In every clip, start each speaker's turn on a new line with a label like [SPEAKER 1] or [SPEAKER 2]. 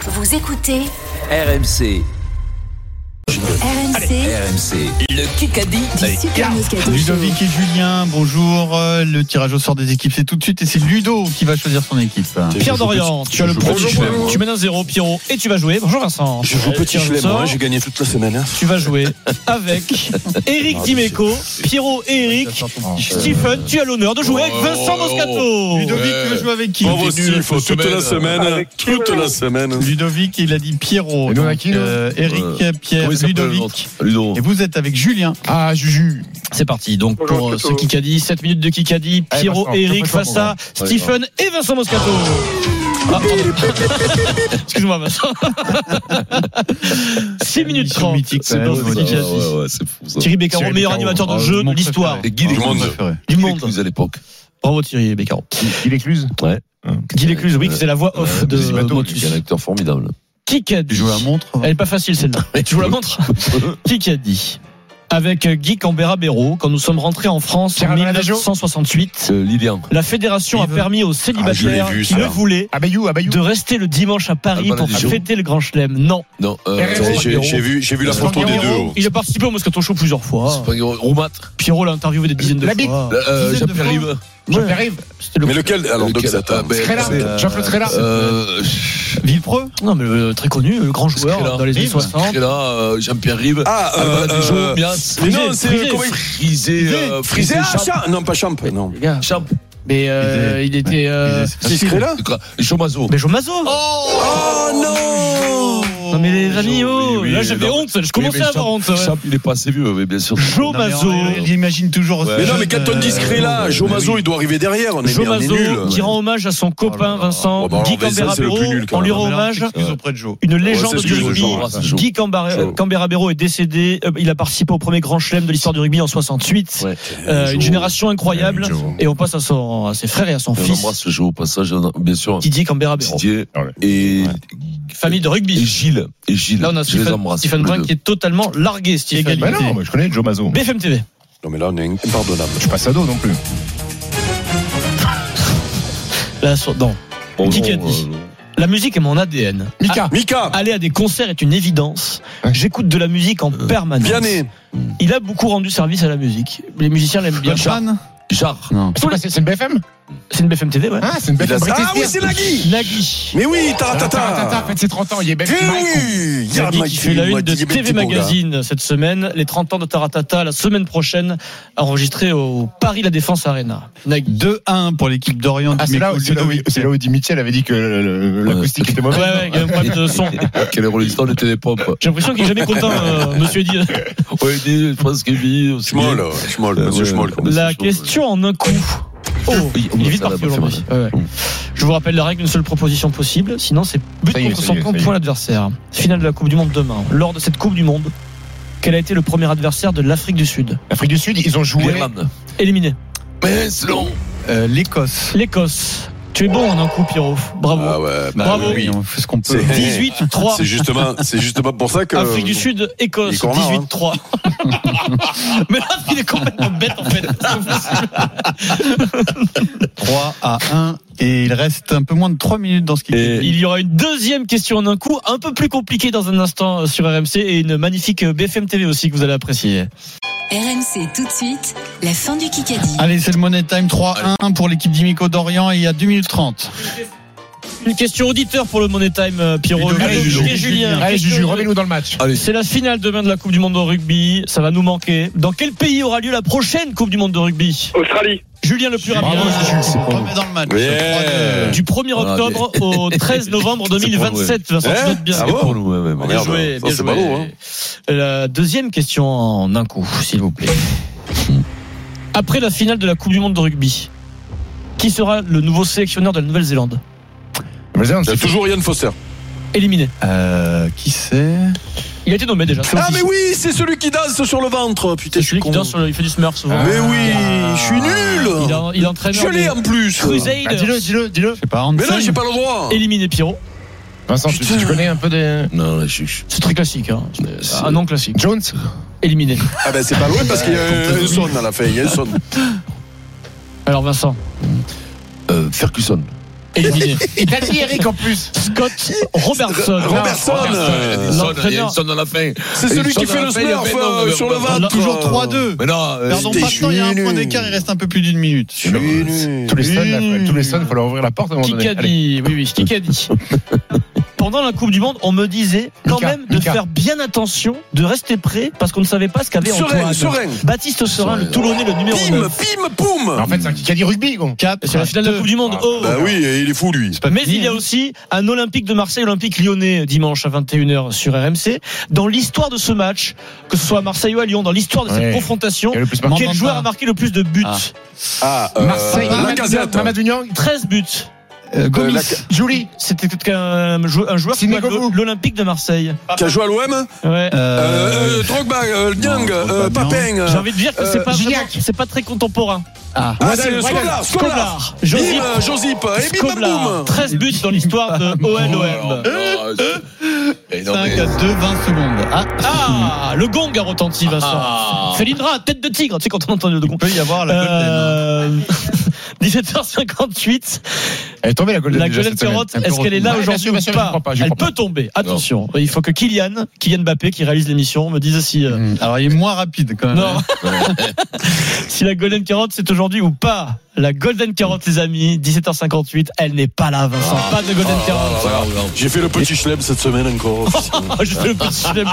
[SPEAKER 1] Vous écoutez
[SPEAKER 2] RMC,
[SPEAKER 1] RMC
[SPEAKER 2] RMC, le Kikadi
[SPEAKER 1] du Super Moscato Show.
[SPEAKER 3] Ludovic et Julien, bonjour. Euh, Le tirage au sort des équipes, c'est tout de suite et c'est Ludo qui va choisir son équipe.
[SPEAKER 4] Pierre Dorian, tu as le premier.
[SPEAKER 5] Bonjour, bonjour.
[SPEAKER 4] Tu mènes un zéro, Pierrot, et tu vas jouer. Bonjour Vincent.
[SPEAKER 5] Je joue petit
[SPEAKER 4] Tirage au
[SPEAKER 5] filet,
[SPEAKER 4] sort,
[SPEAKER 5] moi, j'ai gagné toute la semaine. hein.
[SPEAKER 4] Tu vas jouer avec Eric Dimeco, Pierrot et Eric. Stephen, tu as l'honneur de jouer avec Vincent Moscato.
[SPEAKER 3] Ludovic, tu veux jouer avec qui
[SPEAKER 5] Bravo, Steve, toute la semaine. Toute la semaine.
[SPEAKER 3] Ludovic, il a dit Pierrot.
[SPEAKER 6] Et nous, on a
[SPEAKER 3] Donc,
[SPEAKER 6] qui, nous
[SPEAKER 3] euh, Eric, Pierre,
[SPEAKER 6] Comment il s'appelle,
[SPEAKER 3] Ludovic.
[SPEAKER 6] l'autre Ludo.
[SPEAKER 3] Et vous êtes avec Julien.
[SPEAKER 6] Ah, Juju.
[SPEAKER 4] C'est parti. Donc pour euh, ce Kikadi, 7 minutes de Kikadi,
[SPEAKER 3] Eh,
[SPEAKER 6] Allez,
[SPEAKER 4] Pierrot
[SPEAKER 6] Vincent,
[SPEAKER 4] et Eric
[SPEAKER 6] fais-moi ça,
[SPEAKER 4] face à
[SPEAKER 6] mon gars.
[SPEAKER 4] Stephen et Vincent Moscato. Ah, pardon. Excuse-moi Vincent. 6 minutes
[SPEAKER 3] Émission
[SPEAKER 4] 30.
[SPEAKER 3] mythique,
[SPEAKER 4] C'est
[SPEAKER 3] quand
[SPEAKER 4] dans
[SPEAKER 3] même,
[SPEAKER 4] ce
[SPEAKER 3] ouais,
[SPEAKER 4] Kikadi.
[SPEAKER 6] Ah, c'est fou ça.
[SPEAKER 4] Ah, Thierry Beccaro,
[SPEAKER 3] Thierry
[SPEAKER 4] meilleur
[SPEAKER 3] Beccaro.
[SPEAKER 4] animateur de
[SPEAKER 3] Ah,
[SPEAKER 4] jeu
[SPEAKER 3] mon
[SPEAKER 4] de l'histoire
[SPEAKER 3] préféré.
[SPEAKER 6] Et Guy
[SPEAKER 3] Ah,
[SPEAKER 5] Descloses.
[SPEAKER 3] mon préféré.
[SPEAKER 4] du
[SPEAKER 6] Guy
[SPEAKER 4] monde.
[SPEAKER 6] Descloses à l'époque.
[SPEAKER 4] Bravo Thierry Beccaro.
[SPEAKER 6] Il écluse Ouais.
[SPEAKER 4] Guy Lécluse, oui, qui c'est la voix
[SPEAKER 6] Euh,
[SPEAKER 4] off de
[SPEAKER 6] qui est un
[SPEAKER 4] Motus.
[SPEAKER 6] acteur formidable.
[SPEAKER 4] Qui a
[SPEAKER 3] Tu
[SPEAKER 4] dit
[SPEAKER 3] joues à montre hein.
[SPEAKER 4] Elle est pas facile celle-là. Tu joues la montre Qui a dit Avec euh, Guy Cambera Béraud, quand nous sommes rentrés en France en
[SPEAKER 6] Gérard Delargeau
[SPEAKER 4] 1968,
[SPEAKER 6] Euh, Lilian.
[SPEAKER 4] la fédération a permis aux célibataires
[SPEAKER 5] vu,
[SPEAKER 4] qui le
[SPEAKER 5] ça.
[SPEAKER 4] voulaient
[SPEAKER 6] Abayou, Abayou.
[SPEAKER 4] de rester le dimanche à Paris
[SPEAKER 6] Ah,
[SPEAKER 4] pour
[SPEAKER 6] Delargeau.
[SPEAKER 4] fêter le Grand Chelem. Non.
[SPEAKER 6] Non,
[SPEAKER 5] J'ai- J'ai j'ai
[SPEAKER 6] euh.
[SPEAKER 5] vu, j'ai vu la photo des deux. oh.
[SPEAKER 4] Il a participé au Moscato Show plusieurs fois.
[SPEAKER 6] Roumat.
[SPEAKER 4] Pierrot l'a interviewé des dizaines de
[SPEAKER 7] La bite.
[SPEAKER 4] fois.
[SPEAKER 6] Euh,
[SPEAKER 3] Dizaine de
[SPEAKER 6] Jean-Pierre
[SPEAKER 3] fois.
[SPEAKER 6] Rive.
[SPEAKER 4] Ouais. C'était le-
[SPEAKER 5] Mais lequel Alors, donc,
[SPEAKER 6] Lequel-
[SPEAKER 5] ça tape.
[SPEAKER 6] Ah, ben,
[SPEAKER 7] Strella,
[SPEAKER 6] c'est, euh,
[SPEAKER 7] Jean-Claude Strella.
[SPEAKER 6] Euh.
[SPEAKER 3] Villepreux
[SPEAKER 4] Non, mais euh, le très connu, le grand joueur
[SPEAKER 6] Strella.
[SPEAKER 4] dans les années
[SPEAKER 6] Rive.
[SPEAKER 4] 60.
[SPEAKER 6] Strella, euh, Jean-Pierre Rive.
[SPEAKER 5] Ah, euh,
[SPEAKER 6] Alvaro Dejo,
[SPEAKER 5] euh,
[SPEAKER 6] Mias.
[SPEAKER 5] mais
[SPEAKER 4] Frisé,
[SPEAKER 5] non, c'est
[SPEAKER 4] frisé,
[SPEAKER 5] comment il
[SPEAKER 6] Frisé, euh,
[SPEAKER 5] frisé
[SPEAKER 6] Frisé,
[SPEAKER 5] ah,
[SPEAKER 6] Champ.
[SPEAKER 5] Champ. Non, pas Champ. Non.
[SPEAKER 4] Les gars.
[SPEAKER 6] Champ.
[SPEAKER 4] Mais euh, il était. euh,
[SPEAKER 5] C'est Scrella
[SPEAKER 6] Chomazo.
[SPEAKER 4] Mais Jomazo
[SPEAKER 5] Oh non
[SPEAKER 4] Non mais les amis,
[SPEAKER 6] oui,
[SPEAKER 4] oh,
[SPEAKER 6] oui,
[SPEAKER 4] là j'avais
[SPEAKER 6] non.
[SPEAKER 4] honte, je commençais
[SPEAKER 6] Oui, mais
[SPEAKER 4] à avoir
[SPEAKER 6] Champ-
[SPEAKER 4] honte. ouais.
[SPEAKER 6] Champ, il est pas assez vieux, mais bien sûr.
[SPEAKER 4] Jo
[SPEAKER 3] Non, mais
[SPEAKER 4] Mazo,
[SPEAKER 3] on- on L'imagine toujours.
[SPEAKER 6] Ouais.
[SPEAKER 5] Mais non, mais quand on dit Scrella,
[SPEAKER 6] Ouais,
[SPEAKER 5] Jo
[SPEAKER 6] ouais,
[SPEAKER 5] Mazo,
[SPEAKER 6] oui.
[SPEAKER 5] il doit arriver derrière. On est
[SPEAKER 4] Jo
[SPEAKER 5] on est
[SPEAKER 4] Mazo
[SPEAKER 5] nul.
[SPEAKER 4] qui rend hommage à son copain
[SPEAKER 6] Oh là là.
[SPEAKER 4] Vincent
[SPEAKER 5] Bon, bah, alors,
[SPEAKER 4] Guy
[SPEAKER 5] Vincent, c'est le
[SPEAKER 4] Cambera-Béraud,
[SPEAKER 5] plus nul, quand
[SPEAKER 4] on lui
[SPEAKER 5] même.
[SPEAKER 4] rend hommage.
[SPEAKER 3] auprès de Joe.
[SPEAKER 4] Une
[SPEAKER 5] Ouais,
[SPEAKER 4] légende
[SPEAKER 5] c'est ce
[SPEAKER 4] du
[SPEAKER 5] que je
[SPEAKER 4] rugby.
[SPEAKER 5] joue,
[SPEAKER 6] hein, c'est chaud.
[SPEAKER 4] Guy Cambara-
[SPEAKER 6] Chaud.
[SPEAKER 4] Cambera-Béraud est décédé. euh, Il a participé au premier grand chelem de l'histoire du rugby en 68.
[SPEAKER 6] Ouais.
[SPEAKER 4] Euh, une
[SPEAKER 5] Jo.
[SPEAKER 4] génération incroyable. Et on passe à, son, à ses frères et à son
[SPEAKER 6] On
[SPEAKER 4] fils,
[SPEAKER 6] embrasse Jo au passage, on a- bien sûr.
[SPEAKER 4] Didier Cambera-Béraud.
[SPEAKER 6] Didier et,
[SPEAKER 4] Famille de
[SPEAKER 6] et
[SPEAKER 4] rugby.
[SPEAKER 6] Gilles. Et Gilles.
[SPEAKER 4] Là on a
[SPEAKER 6] je les
[SPEAKER 4] Stephen,
[SPEAKER 6] embrasse.
[SPEAKER 4] Stephen
[SPEAKER 6] les
[SPEAKER 4] Brun
[SPEAKER 6] deux.
[SPEAKER 4] qui est totalement largué, Bah Stephen.
[SPEAKER 3] Égalité.
[SPEAKER 7] moi je connais Joe Mazo.
[SPEAKER 4] BFM TV.
[SPEAKER 5] Non, mais là, on est impardonnable.
[SPEAKER 7] Je suis pas sado non plus.
[SPEAKER 4] Là, sur- non.
[SPEAKER 6] Bon,
[SPEAKER 4] Qui
[SPEAKER 6] bon,
[SPEAKER 4] qu'a dit
[SPEAKER 6] euh,
[SPEAKER 4] La musique est mon ADN.
[SPEAKER 7] Mika.
[SPEAKER 5] Mika
[SPEAKER 4] Aller à des concerts est une évidence.
[SPEAKER 7] Ouais.
[SPEAKER 4] J'écoute de la musique en permanence.
[SPEAKER 5] Vianney
[SPEAKER 4] Il a beaucoup rendu service à la musique. Les musiciens l'aiment bien.
[SPEAKER 3] Chan
[SPEAKER 6] Jarre.
[SPEAKER 3] Non.
[SPEAKER 7] C'est quoi, c'est c'est une BFM
[SPEAKER 4] C'est une BFM TV, ouais.
[SPEAKER 7] Hein, C'est une
[SPEAKER 5] Il a-
[SPEAKER 7] BFM British
[SPEAKER 5] Ah oui, c'est
[SPEAKER 7] Spears.
[SPEAKER 5] Nagui
[SPEAKER 4] Nagui.
[SPEAKER 5] Mais oui,
[SPEAKER 7] Taratata,
[SPEAKER 5] Taratata
[SPEAKER 7] fête ses 30 ans, il est
[SPEAKER 5] Eh
[SPEAKER 7] bête.
[SPEAKER 5] oui Regarde,
[SPEAKER 4] Nagui
[SPEAKER 5] Mike,
[SPEAKER 4] qui fait la
[SPEAKER 5] il m'a
[SPEAKER 4] une de
[SPEAKER 5] dit, mais
[SPEAKER 4] TV
[SPEAKER 5] petit bon gars.
[SPEAKER 4] Magazine cette semaine. Les 30 ans de Taratata, la semaine prochaine, enregistré au Paris La Défense Arena. Nagui.
[SPEAKER 3] 2-1 pour l'équipe d'Orient.
[SPEAKER 7] Ah, c'est là, où- c'est là où- c'est là où Di Michel avait dit que le- le- l'acoustique était
[SPEAKER 4] Ouais,
[SPEAKER 7] mauvaise.
[SPEAKER 4] ouais, il y a un problème de son.
[SPEAKER 6] Quel est Rolling Stone était des pompes.
[SPEAKER 4] J'ai l'impression qu'il est jamais content, euh, monsieur Eddy.
[SPEAKER 6] Ouais, il dit, je pense qu'il vit aussi.
[SPEAKER 5] Schmoll, Schmoll,
[SPEAKER 6] Euh,
[SPEAKER 5] monsieur
[SPEAKER 6] ouais,
[SPEAKER 5] Schmoll.
[SPEAKER 6] comme
[SPEAKER 4] La
[SPEAKER 6] c'est chaud,
[SPEAKER 4] question en un coup. Oh,
[SPEAKER 6] Oui, on
[SPEAKER 4] il est
[SPEAKER 6] va
[SPEAKER 4] vite
[SPEAKER 6] faire
[SPEAKER 4] parti
[SPEAKER 6] la bonne
[SPEAKER 4] aujourd'hui. Ouais, ouais. Je vous rappelle la règle, une seule proposition possible, sinon c'est but
[SPEAKER 7] Ça y est,
[SPEAKER 4] contre
[SPEAKER 7] ça y
[SPEAKER 4] son
[SPEAKER 7] est, ça
[SPEAKER 4] camp,
[SPEAKER 7] y est.
[SPEAKER 4] point l'adversaire. Finale de la Coupe du Monde demain. Lors de cette Coupe du Monde, quel a été le premier adversaire de l'Afrique du Sud
[SPEAKER 7] L'Afrique du Sud, ils ont
[SPEAKER 6] ouais.
[SPEAKER 7] joué.
[SPEAKER 6] L'Irlande.
[SPEAKER 4] Éliminé.
[SPEAKER 6] Mais c'est long.
[SPEAKER 3] Euh, L'Écosse.
[SPEAKER 4] L'Écosse. Tu es bon en un coup, Pierrot. Bravo.
[SPEAKER 5] Ah ouais, bah
[SPEAKER 4] Bravo.
[SPEAKER 5] oui.
[SPEAKER 3] On fait ce qu'on peut.
[SPEAKER 5] C'est-
[SPEAKER 4] 18-3.
[SPEAKER 5] C'est justement, c'est justement pour ça que.
[SPEAKER 4] Afrique du Sud,
[SPEAKER 5] il
[SPEAKER 4] Écosse,
[SPEAKER 5] est corner,
[SPEAKER 4] 18-3. Mais là, il est complètement bête en fait.
[SPEAKER 3] 3 à 1. Et il reste un peu moins de 3 minutes dans ce qui
[SPEAKER 6] Et-
[SPEAKER 4] Il y aura une deuxième question en un coup, un peu plus compliquée dans un instant euh, sur RMC et une magnifique euh, BFM TV aussi que vous allez apprécier.
[SPEAKER 1] RMC tout de suite, la fin du Kikadi.
[SPEAKER 3] Allez, c'est le Money Time 3-1 pour l'équipe d'Imico d'Orient et il y a 2 minutes 30.
[SPEAKER 4] Une question auditeur pour le Money Time, euh, Pierrot.
[SPEAKER 3] Ludovic,
[SPEAKER 4] Ludovic
[SPEAKER 3] Ludovic.
[SPEAKER 4] et Julien.
[SPEAKER 7] Allez,
[SPEAKER 4] Question
[SPEAKER 7] Juju,
[SPEAKER 4] de-
[SPEAKER 7] remets-nous dans le match.
[SPEAKER 6] Allez.
[SPEAKER 4] C'est la finale demain de la Coupe du Monde de rugby. Ça va nous manquer. Dans quel pays aura lieu la prochaine Coupe du Monde de rugby
[SPEAKER 8] Australie.
[SPEAKER 4] Julien le plus rapide.
[SPEAKER 3] On remet dans le match.
[SPEAKER 5] Yeah.
[SPEAKER 4] Du 1er
[SPEAKER 6] Ah,
[SPEAKER 4] octobre au 13 novembre
[SPEAKER 6] C'est pour nous,
[SPEAKER 4] 2027. Vincent, tu
[SPEAKER 5] Eh
[SPEAKER 4] notes bien.
[SPEAKER 5] Ah
[SPEAKER 6] C'est
[SPEAKER 5] bon
[SPEAKER 6] pour nous, ouais, ouais, ouais.
[SPEAKER 5] Ah,
[SPEAKER 4] Bien
[SPEAKER 5] merde,
[SPEAKER 4] joué,
[SPEAKER 5] ça,
[SPEAKER 4] bien
[SPEAKER 5] c'est
[SPEAKER 4] joué.
[SPEAKER 5] pas beau, hein.
[SPEAKER 4] La deuxième question en un coup, s'il vous plaît.
[SPEAKER 5] Hmm.
[SPEAKER 4] Après la finale de la Coupe du Monde de rugby, qui sera le nouveau sélectionneur de la Nouvelle-Zélande
[SPEAKER 5] Il y a toujours Yann Foster.
[SPEAKER 4] Éliminé.
[SPEAKER 3] Euh, qui c'est
[SPEAKER 4] Il a été nommé déjà. c'est
[SPEAKER 5] Ah,
[SPEAKER 4] officiel.
[SPEAKER 5] mais oui, c'est celui qui danse sur le ventre. Putain,
[SPEAKER 4] C'est
[SPEAKER 5] je suis
[SPEAKER 4] celui
[SPEAKER 5] con.
[SPEAKER 4] qui danse sur le- il fait du smurf souvent.
[SPEAKER 5] Mais oui, je suis
[SPEAKER 4] Il,
[SPEAKER 5] nul.
[SPEAKER 4] a, il entraîne.
[SPEAKER 5] Je l'ai hein. en plus.
[SPEAKER 4] Crusade.
[SPEAKER 7] Ah, dis-le, dis-le.
[SPEAKER 3] Je sais pas,
[SPEAKER 5] Mais
[SPEAKER 3] Hansen
[SPEAKER 5] là, j'ai pas le droit.
[SPEAKER 4] Éliminé Pierrot.
[SPEAKER 7] Vincent, tu,
[SPEAKER 5] Putain.
[SPEAKER 7] tu connais un peu des.
[SPEAKER 6] Non, là, je suis.
[SPEAKER 4] C'est très classique. Hein.
[SPEAKER 6] C'est-
[SPEAKER 4] Un nom classique.
[SPEAKER 7] Jones
[SPEAKER 4] Éliminé.
[SPEAKER 5] Ah, ben c'est pas loin parce qu'il y a une sonne à la fin. Il y a une sonne.
[SPEAKER 4] Alors Vincent,
[SPEAKER 6] Euh, Ferguson.
[SPEAKER 4] éliminé.
[SPEAKER 7] Et t'as dit Eric en plus.
[SPEAKER 4] Scott Robertson.
[SPEAKER 5] Robertson, euh,
[SPEAKER 6] Son, il y a
[SPEAKER 4] L'entraîneur.
[SPEAKER 6] Son à la fin.
[SPEAKER 5] C'est
[SPEAKER 6] Et
[SPEAKER 5] celui
[SPEAKER 6] son
[SPEAKER 5] qui
[SPEAKER 6] à
[SPEAKER 5] fait
[SPEAKER 6] la
[SPEAKER 5] le
[SPEAKER 6] fin, il a
[SPEAKER 5] smurf
[SPEAKER 6] fait, non,
[SPEAKER 5] euh,
[SPEAKER 6] mais
[SPEAKER 5] sur le
[SPEAKER 6] on
[SPEAKER 5] VAR.
[SPEAKER 6] va-
[SPEAKER 3] Toujours 3-2.
[SPEAKER 6] Mais non, euh,
[SPEAKER 3] Perdons
[SPEAKER 5] c'était
[SPEAKER 3] pas de temps, il y a un
[SPEAKER 5] nul.
[SPEAKER 3] point d'écart, il reste un peu plus d'une minute.
[SPEAKER 5] Je suis nul.
[SPEAKER 7] Tous les stuns, là, tous les stuns, faut leur ouvrir la porte à un moment donné. Allez.
[SPEAKER 4] Kikadi, oui, oui, Kikadi. Pendant la Coupe du Monde, on me disait quand
[SPEAKER 7] Mika,
[SPEAKER 4] même de
[SPEAKER 7] Mika.
[SPEAKER 4] faire bien attention, de rester prêt, parce qu'on ne savait pas ce qu'avait
[SPEAKER 5] Serein,
[SPEAKER 4] Antoine.
[SPEAKER 5] serein.
[SPEAKER 4] Baptiste Serin, le Toulonnais, le numéro
[SPEAKER 5] Pim,
[SPEAKER 4] 9.
[SPEAKER 5] pim, poum.
[SPEAKER 7] En fait, c'est un Kikadi rugby, gros.
[SPEAKER 3] 4
[SPEAKER 4] Sur la finale de la Coupe du Monde. Oh.
[SPEAKER 5] Bah oui, il est fou lui.
[SPEAKER 4] Mais il y a aussi un Olympique de Marseille, Olympique lyonnais, dimanche à 21h sur RMC. Dans l'histoire de ce match, que ce soit à Marseille ou à Lyon, dans l'histoire de cette
[SPEAKER 7] Ouais.
[SPEAKER 4] confrontation,
[SPEAKER 7] Il y a le plus
[SPEAKER 4] quel
[SPEAKER 7] marqué.
[SPEAKER 4] joueur a marqué le plus de buts
[SPEAKER 3] Ah.
[SPEAKER 5] Ah,
[SPEAKER 7] Marseille,
[SPEAKER 5] la
[SPEAKER 7] Mamadou Niang,
[SPEAKER 5] casette.
[SPEAKER 7] Euh, Mamadou Niang,
[SPEAKER 4] 13 buts.
[SPEAKER 3] Euh,
[SPEAKER 7] Euh,
[SPEAKER 5] Gomis.
[SPEAKER 4] Julie. C'était peut-être qu'un jou- un joueur qui
[SPEAKER 7] Sidney
[SPEAKER 4] bat l'O-
[SPEAKER 7] Govou.
[SPEAKER 4] l'Olympique de Marseille.
[SPEAKER 5] Qui a joué à l'OM
[SPEAKER 4] Ouais.
[SPEAKER 5] euh, euh, Drogba, euh, Niang,
[SPEAKER 3] Non,
[SPEAKER 5] euh,
[SPEAKER 3] Drogba,
[SPEAKER 5] Papin.
[SPEAKER 4] J'ai
[SPEAKER 5] euh,
[SPEAKER 4] envie de dire que c'est
[SPEAKER 5] euh,
[SPEAKER 4] pas vraiment-
[SPEAKER 7] Gignac.
[SPEAKER 4] c'est pas très contemporain.
[SPEAKER 5] Ah,
[SPEAKER 7] Waddle,
[SPEAKER 5] c'est
[SPEAKER 7] Waddle.
[SPEAKER 5] Scolar, Scolar.
[SPEAKER 4] Scolar,
[SPEAKER 5] Bim,
[SPEAKER 4] Josip,
[SPEAKER 5] euh, Josip. Et bim, bam,
[SPEAKER 4] Scolar,
[SPEAKER 5] boum.
[SPEAKER 4] 13 buts dans l'histoire de
[SPEAKER 6] alors,
[SPEAKER 4] OLOM.
[SPEAKER 6] non, c'est- Mais non,
[SPEAKER 3] 5
[SPEAKER 6] mais-
[SPEAKER 3] à 2, 20 secondes. Ah,
[SPEAKER 7] Oh.
[SPEAKER 4] Ah, le gong a retenti Vincent.
[SPEAKER 6] Ah.
[SPEAKER 4] Felindra, tête de tigre, tu sais quand on entend le gong.
[SPEAKER 3] il peut y avoir la golden. hein.
[SPEAKER 4] Euh, 17h58,
[SPEAKER 7] Elle est tombée la golden.
[SPEAKER 4] la
[SPEAKER 7] déjà,
[SPEAKER 4] Golden
[SPEAKER 7] cette semaine.
[SPEAKER 4] Carotte,
[SPEAKER 7] Elle peut
[SPEAKER 4] est-ce qu'elle est là
[SPEAKER 7] retomber.
[SPEAKER 4] aujourd'hui ou
[SPEAKER 7] Ouais, Ah, bien sûr, bien sûr, j'y crois
[SPEAKER 4] pas
[SPEAKER 7] pas, j'y
[SPEAKER 4] Elle
[SPEAKER 7] crois pas.
[SPEAKER 4] peut tomber, attention. Il faut que Kylian, Kylian Mbappé, qui réalise l'émission, me dise si, euh,
[SPEAKER 3] hum, Alors, il est moins rapide quand même.
[SPEAKER 4] non. si la Golden Carotte c'est aujourd'hui ou pas. La Golden Carotte, les amis, 17h58, elle n'est pas là, Vincent. Pas de Golden Carotte.
[SPEAKER 5] Voilà. J'ai fait le petit chlem cette semaine encore.
[SPEAKER 4] Ah, je fais le petit chelem.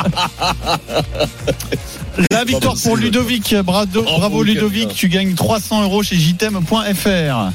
[SPEAKER 3] La victoire pour Ludovic. Bravo, bravo
[SPEAKER 6] quel
[SPEAKER 3] Ludovic. Tu gagnes 300 euros chez jtm.fr.